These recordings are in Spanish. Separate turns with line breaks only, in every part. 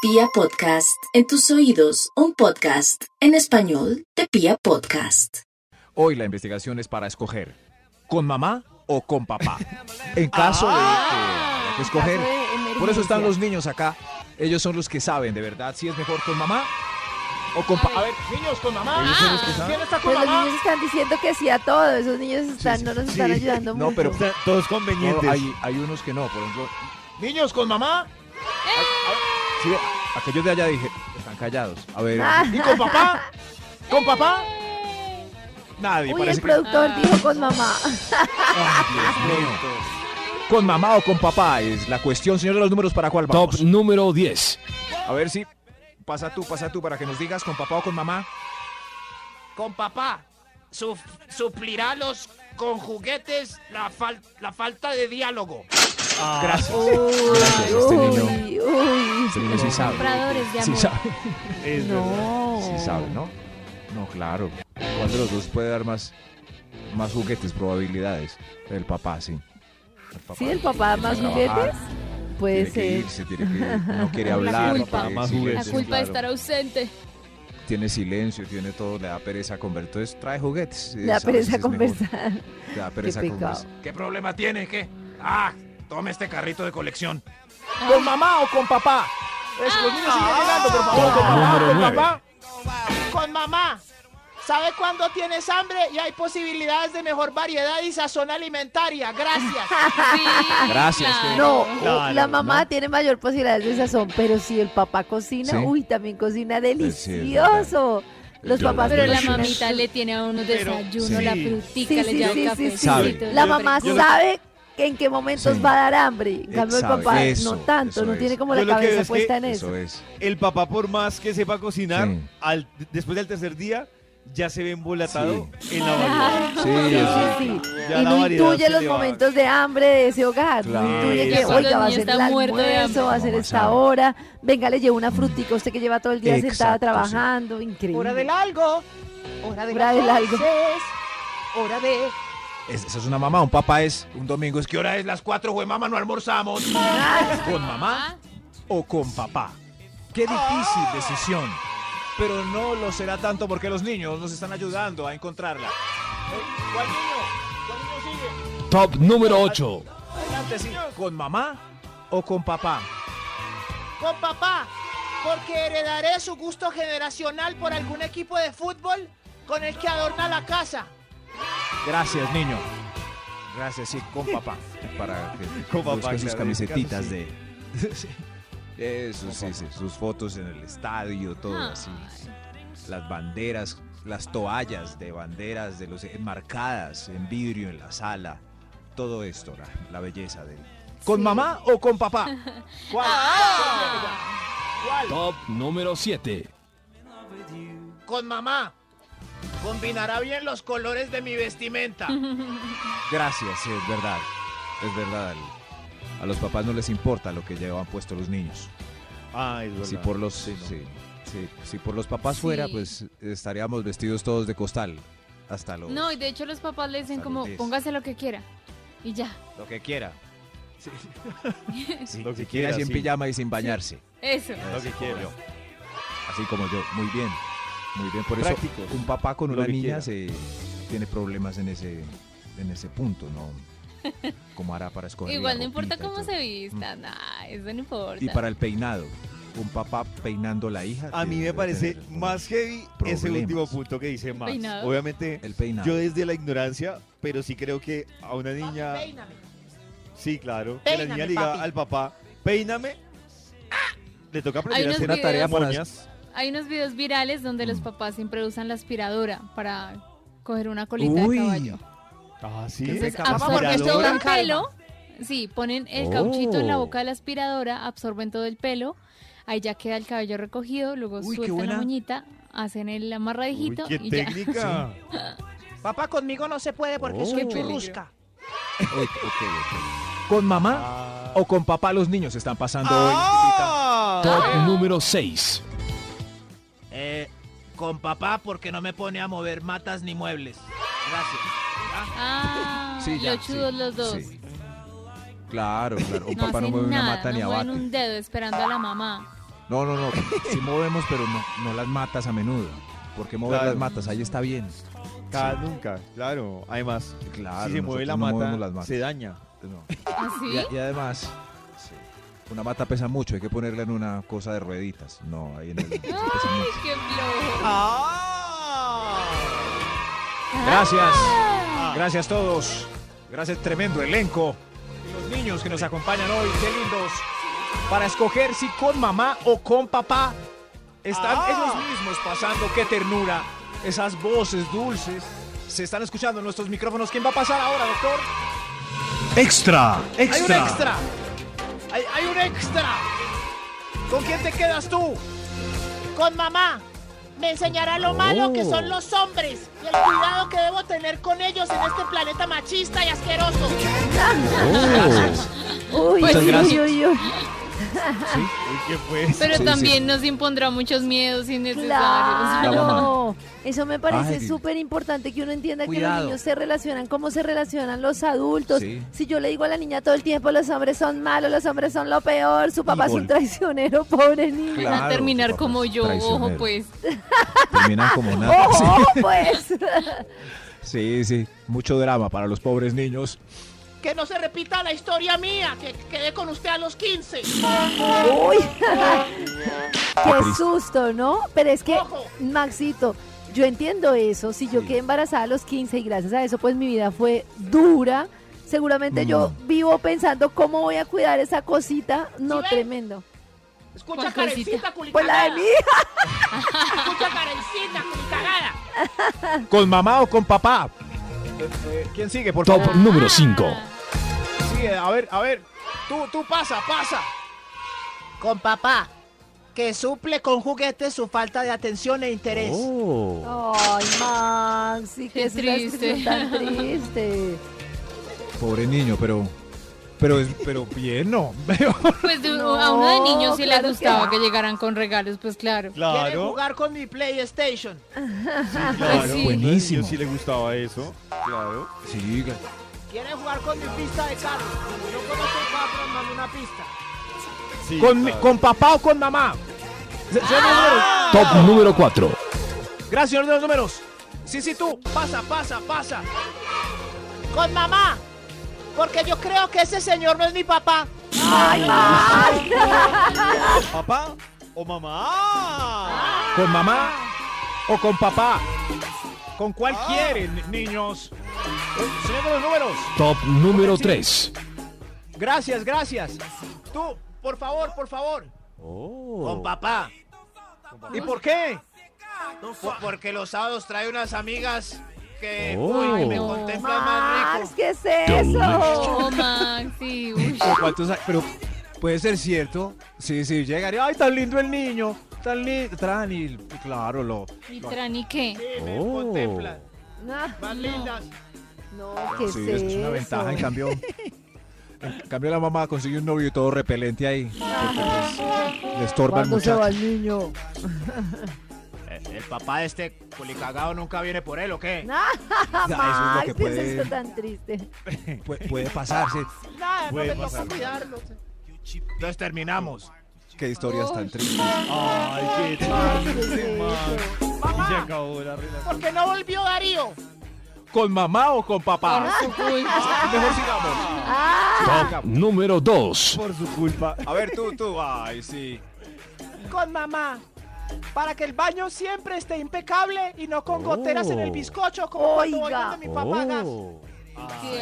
Pia Podcast, en tus oídos, un podcast en español de Pia Podcast.
Hoy la investigación es para escoger con mamá o con papá. En caso de
Ah.
eh, de escoger, por eso están los niños acá. Ellos son los que saben de verdad si es mejor con mamá o con papá. A ver, niños con mamá. Ah. Ellos son los que saben.
Pero los niños están diciendo que sí a todo. Esos niños están, no nos están ayudando
No,
mucho.
pero
sea, todos convenientes.
no, hay, hay unos que no, por ejemplo. Niños con mamá.
Eh.
A- a- sí, ve, aquellos de allá dije, están callados. A ver.
Ah. Eh.
¿Y con papá? ¿Con papá? Nadie,
Uy, el
parece que...
productor dijo con mamá.
Ay, Dios mío. ¿Con mamá o con papá? Es la cuestión, señor de los números, ¿para cuál vamos?
Top número 10.
A ver si. Pasa tú, pasa tú, para que nos digas con papá o con mamá.
con papá su- suplirá los con juguetes la, fal- la falta de diálogo.
Ah.
Uh.
Gracias.
Uy,
este niño,
uy, uy.
este niño sí sabe.
compradores de
Sí
amor.
sabe,
Es verdad.
No.
sí sabe, ¿no? No, claro. ¿Cuál de los dos puede dar más, más juguetes, probabilidades? El papá, sí. El papá.
¿Sí, el papá da más
Tiene que
juguetes?
trabajar,
pues, eh, Puede
ah, tiene que
ser.
irse, tiene que- no quiere hablar.
culpa.
tiene
Más
silencio,
La
Sí,
culpa de
claro.
estar ausente.
tiene silencio, tiene todo, le da pereza conversar. Entonces trae juguetes.
Le da
¿sabes? este
pereza
Es mejor.
conversar.
Le da pereza
pecado.
conversar.
¿Qué problema tiene? ¿Qué? Ah, tome este carrito de colección.
Ah. ¿Con mamá o con papá? Eso, los niños
Ah.
siguen llegando, por favor. ¿Con mamá o
Número
con
nueve.
papá?
Con mamá. ¿Sabe cuándo tienes hambre y hay posibilidades de mejor variedad y sazón alimentaria? Gracias.
Sí,
Gracias,
claro.
No,
Claro,
la mamá tiene mayor posibilidad de sazón, pero si el papá cocina,
Sí.
uy, también cocina
Sí, es verdad.
delicioso. Los
Yo-
papás
Pero la
cocinan-
mamita le tiene a uno
Pero-
desayuno,
Sí.
la
Sí,
frutica,
sí,
le
sí,
lleva
sí,
café.
sí,
Sabe.
sí. La
Yo-
mamá
yo-
sabe que en qué momentos
Sí.
va a dar hambre. En cambio, el
Sabe,
papá
eso,
no tanto,
eso
no
es.
tiene como
Yo
la
lo que veo
cabeza
es que
puesta en eso.
Eso es.
El papá, por más que sepa cocinar,
Sí.
al, después del tercer día, ya se ve embolatado en la variedad.
Sí,
Sí,
eso.
sí,
Ya
Y
la
no
variedad
intuye
se
los
le va.
momentos de hambre de ese hogar.
Claro.
No intuye que,
Eso.
oiga, va a
Niño
ser el
está muerto de
almuerzo, va a
hambre.
ser
Mamá
esta
sabe.
hora. Venga, le llevo una frutica a usted que lleva todo el día sentada
Exacto, sí.
trabajando. Increíble.
Hora del algo. Hora de
Hora del algo.
dulces, Hora de.
Es- Esa es una mamá, un papá es un domingo. Es que hora es las cuatro, güey, mamá, no almorzamos. ¿Con mamá o con papá? Qué difícil decisión. Pero no lo será tanto porque los niños nos están ayudando a encontrarla.
¿Cuál niño? ¿Cuál niño sigue?
Top número 8.
Adelante, sí. ¿Con mamá o con papá?
Con papá, porque heredaré su gusto generacional por algún equipo de fútbol con el que adorna la casa.
Gracias, niño. Gracias, sí, con papá. Para que
Con papá,
busque sus
claro, en ese
camisetitas
caso,
de. Sí. Eso, sí, sí, sus fotos en el estadio, todo así. Las banderas, las toallas de banderas de los enmarcadas en vidrio en la sala. Todo esto, la, la belleza de ¿Con mamá o con papá? ¿Cuál?
Ah.
Top número 7.
Con mamá. Combinará bien los colores de mi vestimenta.
Gracias, sí, es verdad. Es verdad. al- A los papás no les importa lo que llevan puesto los niños.
Ah, es verdad.
Si por los,
Sí, no.
sí, sí, si por los papás fuera,
Sí.
pues estaríamos vestidos todos de costal. Hasta los,
No, y de hecho los papás le dicen como,
Saludes.
póngase lo que quiera. Y ya.
lo que quiera. Si
Lo que
quiera,
quiera,
sin
sí.
pijama y sin bañarse.
Eso.
Lo
Así
que
como
quiera.
yo. Así como yo. Muy bien. Muy bien. Por eso,
Prácticos.
un papá con
Lo
una
que
niña
quiera.
se, tiene problemas en ese, en ese punto, ¿no? ¿Cómo hará para escoger? la
Igual no importa
ropita y
cómo
todo? Mm.
se vista. Nah, eso no importa.
Y para el peinado. Un papá peinando la hija.
A mí me
debe
parece
tener un-
más heavy ese
problemas.
último punto que dice Max.
Peinado.
Obviamente,
El peinado.
yo desde la ignorancia, pero sí creo que a una niña...
Peíname.
Sí, claro. que la
Peíname,
niña le diga
papi.
al papá, peíname. ¡Ah! Le toca aprender a
unos
hacer
Una tarea
videos- para-
moñas.
Hay unos videos virales donde los
Mm.
papás siempre usan la aspiradora para coger una colita de caballo.
Ah, sí.
Entonces
Papá,
porque estoy
absorben todo el
tan calma.
pelo. Sí, ponen el cauchito en la
Oh.
boca de la aspiradora, absorben todo el pelo. Ahí ya queda el cabello recogido, luego
Uy, qué
sueltan la
buena.
moñita, hacen el amarradijito
Uy, qué
y ya.
técnica.
Papá, conmigo no se puede porque soy
Oh.
churrusca.
Ok, ok, ok. ¿Con mamá
Ah.
o con papá los niños están pasando
Ah.
Top número 6.
Eh, con papá porque no me pone a mover matas ni muebles. Gracias.
Ah,
Sí, ya,
lochudos
sí,
los dos.
hoy? Sí. Claro, claro. O
No
papá no
hacen
mueve
nada,
una mata
no
ni
mueven
abate.
un dedo esperando a la mamá.
No, no, no. Sí movemos, pero no, no las matas a menudo. ¿Por qué mover
Claro.
las matas? Ahí está bien.
Cada nunca, claro. Además,
Claro.
si se
nosotros
mueve la
no
mata,
movemos las matas.
se daña.
No.
¿Así?
Y, y además, sí, una mata pesa mucho. Hay que ponerla en una cosa de rueditas. No, ahí en el. eso pesa
¡Ay,
mucho.
qué flojo!
¡Ah!
Gracias. Gracias a todos. Gracias tremendo elenco. Y Los niños que nos acompañan hoy, qué lindos. Para escoger si con mamá o con papá están
Ah.
ellos mismos pasando qué ternura. Esas voces dulces se están escuchando en nuestros micrófonos. ¿Quién va a pasar ahora, doctor?
Extra,
Hay un extra. Hay, hay un extra. ¿Con quién te quedas tú? Con mamá. Me enseñará lo malo que son los hombres y el cuidado que debo tener con ellos en este planeta machista y asqueroso.
Uy,
Pues
uy,
gracias.
uy, uy, uy.
Uy, ¿qué fue eso?
Pero
Sí,
también nos impondrá muchos miedos innecesarios.
La mamá.
Claro. Eso me parece
Ay.
súper importante que uno entienda que
Cuidado.
los niños se relacionan como se relacionan los adultos.
Sí.
Si yo le digo a la niña todo el tiempo, los hombres son malos, los hombres son lo peor, su papá es
Evil.
un traicionero, pobre niño.
Van a
Claro,
terminar
papás
como yo, ojo
traicioneros.
pues.
Terminan como nada.
¡Ojo, pues!
Sí, sí. Mucho drama para los pobres niños.
Que no se repita la historia mía, que quedé con usted a los 15.
¡Uy! ¡Qué
triste.
susto, ¿no? Pero es que,
Ojo.
Maxito, yo entiendo eso. Si yo
Sí.
quedé embarazada a los 15 y gracias a eso, pues mi vida fue dura. Seguramente yo vivo pensando cómo voy a cuidar esa cosita. No,
ven? Ah.
tremendo.
Escucha
¿Cuál
carencita,
Pues la de
culicagada.
mí.
Escucha carencita, culicagada.
¿Con mamá o con papá? Eh, eh, ¿Quién sigue, por
Top
favor?
número 5.
Ah.
Sí, a ver, a ver. Tú, tú pasa, pasa.
Con papá. Que suple con juguetes su falta de atención e interés.
Ay, Maxi,
Qué
qué, es una descripción
triste.
tan triste.
Pobre niño, pero. Pero, es- pero bien, no.
Pues de-
No,
a uno de niños sí
claro
le
que
gustaba
no.
que llegaran con regalos, pues claro.
Quiere
Claro,
jugar con mi PlayStation.
claro.
sí.
Buenísimo.
Yo sí le gustaba eso. Claro.
sí,
Quiere jugar con mi pista de carro. Yo conozco cuatro más de una pista.
Sí,
¿Con, mi-
claro.
con papá o con mamá? Se- señor números.
Top número 4.
Gracias, señor de los números. Sí, sí, tú. Pasa, pasa, pasa.
Con mamá. Porque yo creo que ese señor no es mi papá.
¿Papá o mamá?
¿Con mamá o con papá? ¿Con cuál quieren, ni- niños? Eh, Señor de los números.
Top número 3.
Gracias, gracias. Tú, por favor, por favor. Oh.
Con papá.
¿Y por qué?
Po- porque los sábados trae unas amigas que
Oh.
uy, me
No.
contemplan más
Max,
rico.
¿qué es eso?
Oh, Maxi, uy.
¿Pero cuántos hay? Pero puede ser cierto. Sí, sí, llegaría. Ay, tan lindo el niño. Tan lindo. Tranil. Claro, lo.
¿Y Trani qué?
Sí, me contemplan.
Ah,
Más
No.
lindas.
No, ¿qué es
Ah, Sí, esto es una
eso?
ventaja. En cambio, en cambio la mamá consiguió un novio y todo repelente ahí. porque, pues, le estorba al
¿Cuándo se va
muchacho.
el niño?
Eh, El papá de este culicagado nunca viene por él, ¿o qué?
Ya, eso es lo
Max,
que
¿qué es
puede-
esto tan triste?
Pu- puede pasar, sí.
Nada, no
Puede
me toca
pasar.
cuidarlo. Entonces terminamos.
Qué historias tan tristes.
Ay, qué triste, mamá. Y se acabó la relación.
Porque no volvió Darío.
¿Con mamá o Ah, con
Por
papá?
su culpa.
Mejor sigamos.
Top número 2.
Por su culpa.
A ver, tú, tú. Ay, sí.
Con mamá. Para que el baño siempre esté impecable y no con goteras en el bizcocho como cuando voy
Oiga.
donde mi papá gas.
Oh.
Qué
Sí,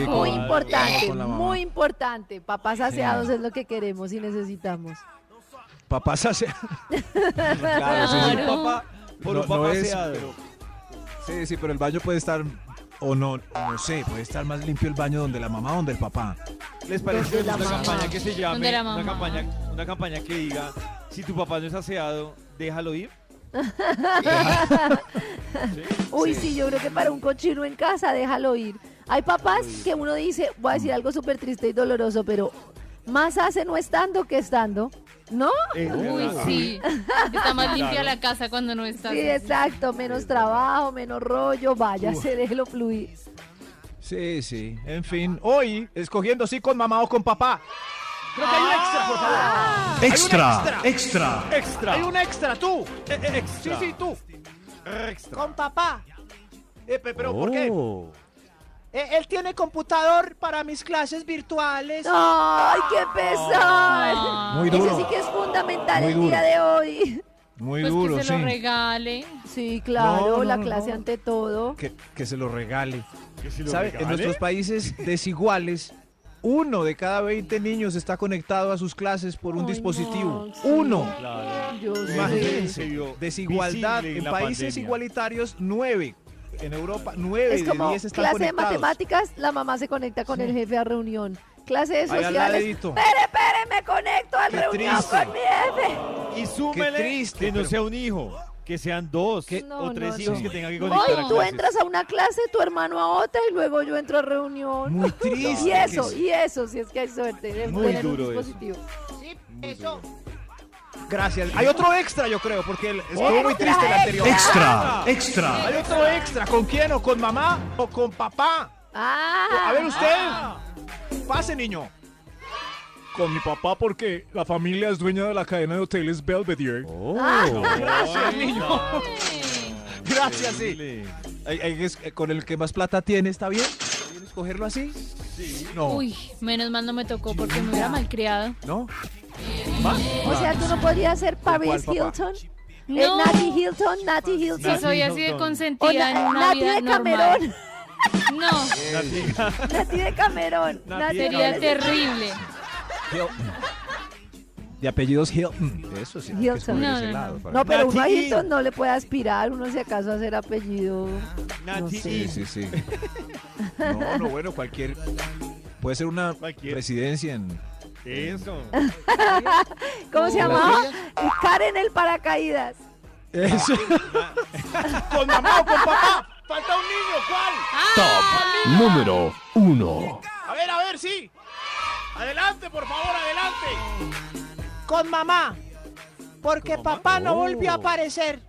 asco.
con-
Muy importante,
con la mamá.
muy importante. Papás aseados es lo que queremos y necesitamos.
Papá se hace. claro, sí, sí.
Por un papá, por
No,
un papá
no es,
aseado.
pero- Sí, sí, pero el baño puede estar. O no, no sé, puede estar más limpio el baño donde la mamá, donde el papá.
¿Les parece
¿Dónde la
una
mamá?
campaña que se
¿Dónde
llame?
la
Una
mamá?
campaña, una campaña que diga, si tu papá no es aseado, déjalo ir.
Uy, sí, yo creo que para un cochino en casa, déjalo ir. Hay papás que uno dice, voy a decir algo súper triste y doloroso, pero más hace no estando que estando, ¿no?
Es
Uy,
verdad.
sí. Está más limpia
Claro.
la casa cuando no estás.
Sí, exacto, menos trabajo, menos rollo, vaya, se déjelo fluir.
Sí, sí. En fin, hoy escogiendo si con mamá o con papá.
Creo que hay un extra, por favor.
Extra, extra,
Extra.
Hay un extra, Eh, tú.
E- e- extra.
Sí, sí, tú.
Extra.
Con papá.
Eh, pe- pero ¿por qué?
Oh.
Eh, él tiene computador para mis clases virtuales.
¡Ay, qué pesar!
Ah,
Muy
Ese
duro.
sí que es fundamental
Muy
el
duro.
día de hoy.
Muy
pues
duro,
que se lo
sí.
regale.
Sí, claro,
No, no,
la
no,
clase
no.
ante todo.
Que, que se lo regale.
Que si lo
¿Sabe? En
regale.
nuestros países desiguales, uno de cada 20 niños está conectado a sus clases por un
Ay,
dispositivo.
no, sí.
Uno.
Claro.
Yo sé.
Imagínense.
Se vio
Desigualdad
visible
en
la
países
pandemia.
igualitarios, nueve. En Europa, nueve
Es
de
como
diez
clase
están
de
conectados.
matemáticas, la mamá se conecta con el jefe a reunión. Clase de
Ahí al
sociales.
ladito.
¡Pere, pere! Me conecto al
Qué
reunión
triste.
con mi jefe.
Y súmele
Qué triste,
que no
pero-
sea un hijo, que sean dos
¿Qué? No,
o tres
no,
hijos
no.
que tengan que conectar
Hoy
a
tú
clases.
entras a una clase, tu hermano a otra y luego yo entro a reunión.
Muy triste.
y eso,
que-
y eso, si es que hay suerte de
Muy
tener un
duro eso.
dispositivo.
Sí, eso.
Gracias. Hay otro extra, yo creo, porque el- estuvo muy
¡Extra,
triste el anterior. Ah.
extra, extra.
Hay otro extra. ¿Con quién? ¿O con mamá? ¿O con papá? A
Ah,
ver usted. Pase, niño. Con mi papá porque la familia es dueña de la cadena de hoteles Belvedere.
Gracias, niño.
Gracias, sí. Ay, ay, es- eh, con el que más plata tiene, ¿está bien? ¿Está bien escogerlo así? No.
Uy, menos mal no me tocó porque me hubiera malcriado.
¿No?
o sea, tú no podrías ser Paris
papá?
Hilton. Eh,
No,
Nati Hilton, Nati
si
Hilton.
soy así de
O
consentida
na-
en una
Nati
vida
de
normal.
Camerón.
No,
Nati de Camerón. Nati de
sería
Camerón.
terrible.
Hilton. De apellidos Hilton. Eso sí. hay que
Hilton.
escoger
No,
ese
no,
lado
no.
para-
No, pero uno a
Nati.
Hilton no le puede aspirar, uno si acaso a hacer apellido. No
Nati
sé.
Sí, sí, sí. No, no, bueno, cualquier. Puede ser una
Cualquier.
residencia en.
Eso.
¿Cómo se
¿La
llamaba? Karen el paracaídas.
Eso.
Con mamá o con papá. Falta un niño, ¿cuál? Ah.
Top número uno.
A ver, a ver, sí. Adelante, por favor, adelante. Con mamá. Porque papá no volvió a aparecer.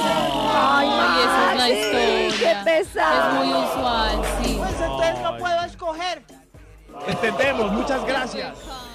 Ay, esa es
Ay,
la
Ah, sí,
historia.
qué pesado.
Es muy usual, sí.
Pues entonces no
Ay.
puedo escoger.
Entendemos, muchas gracias.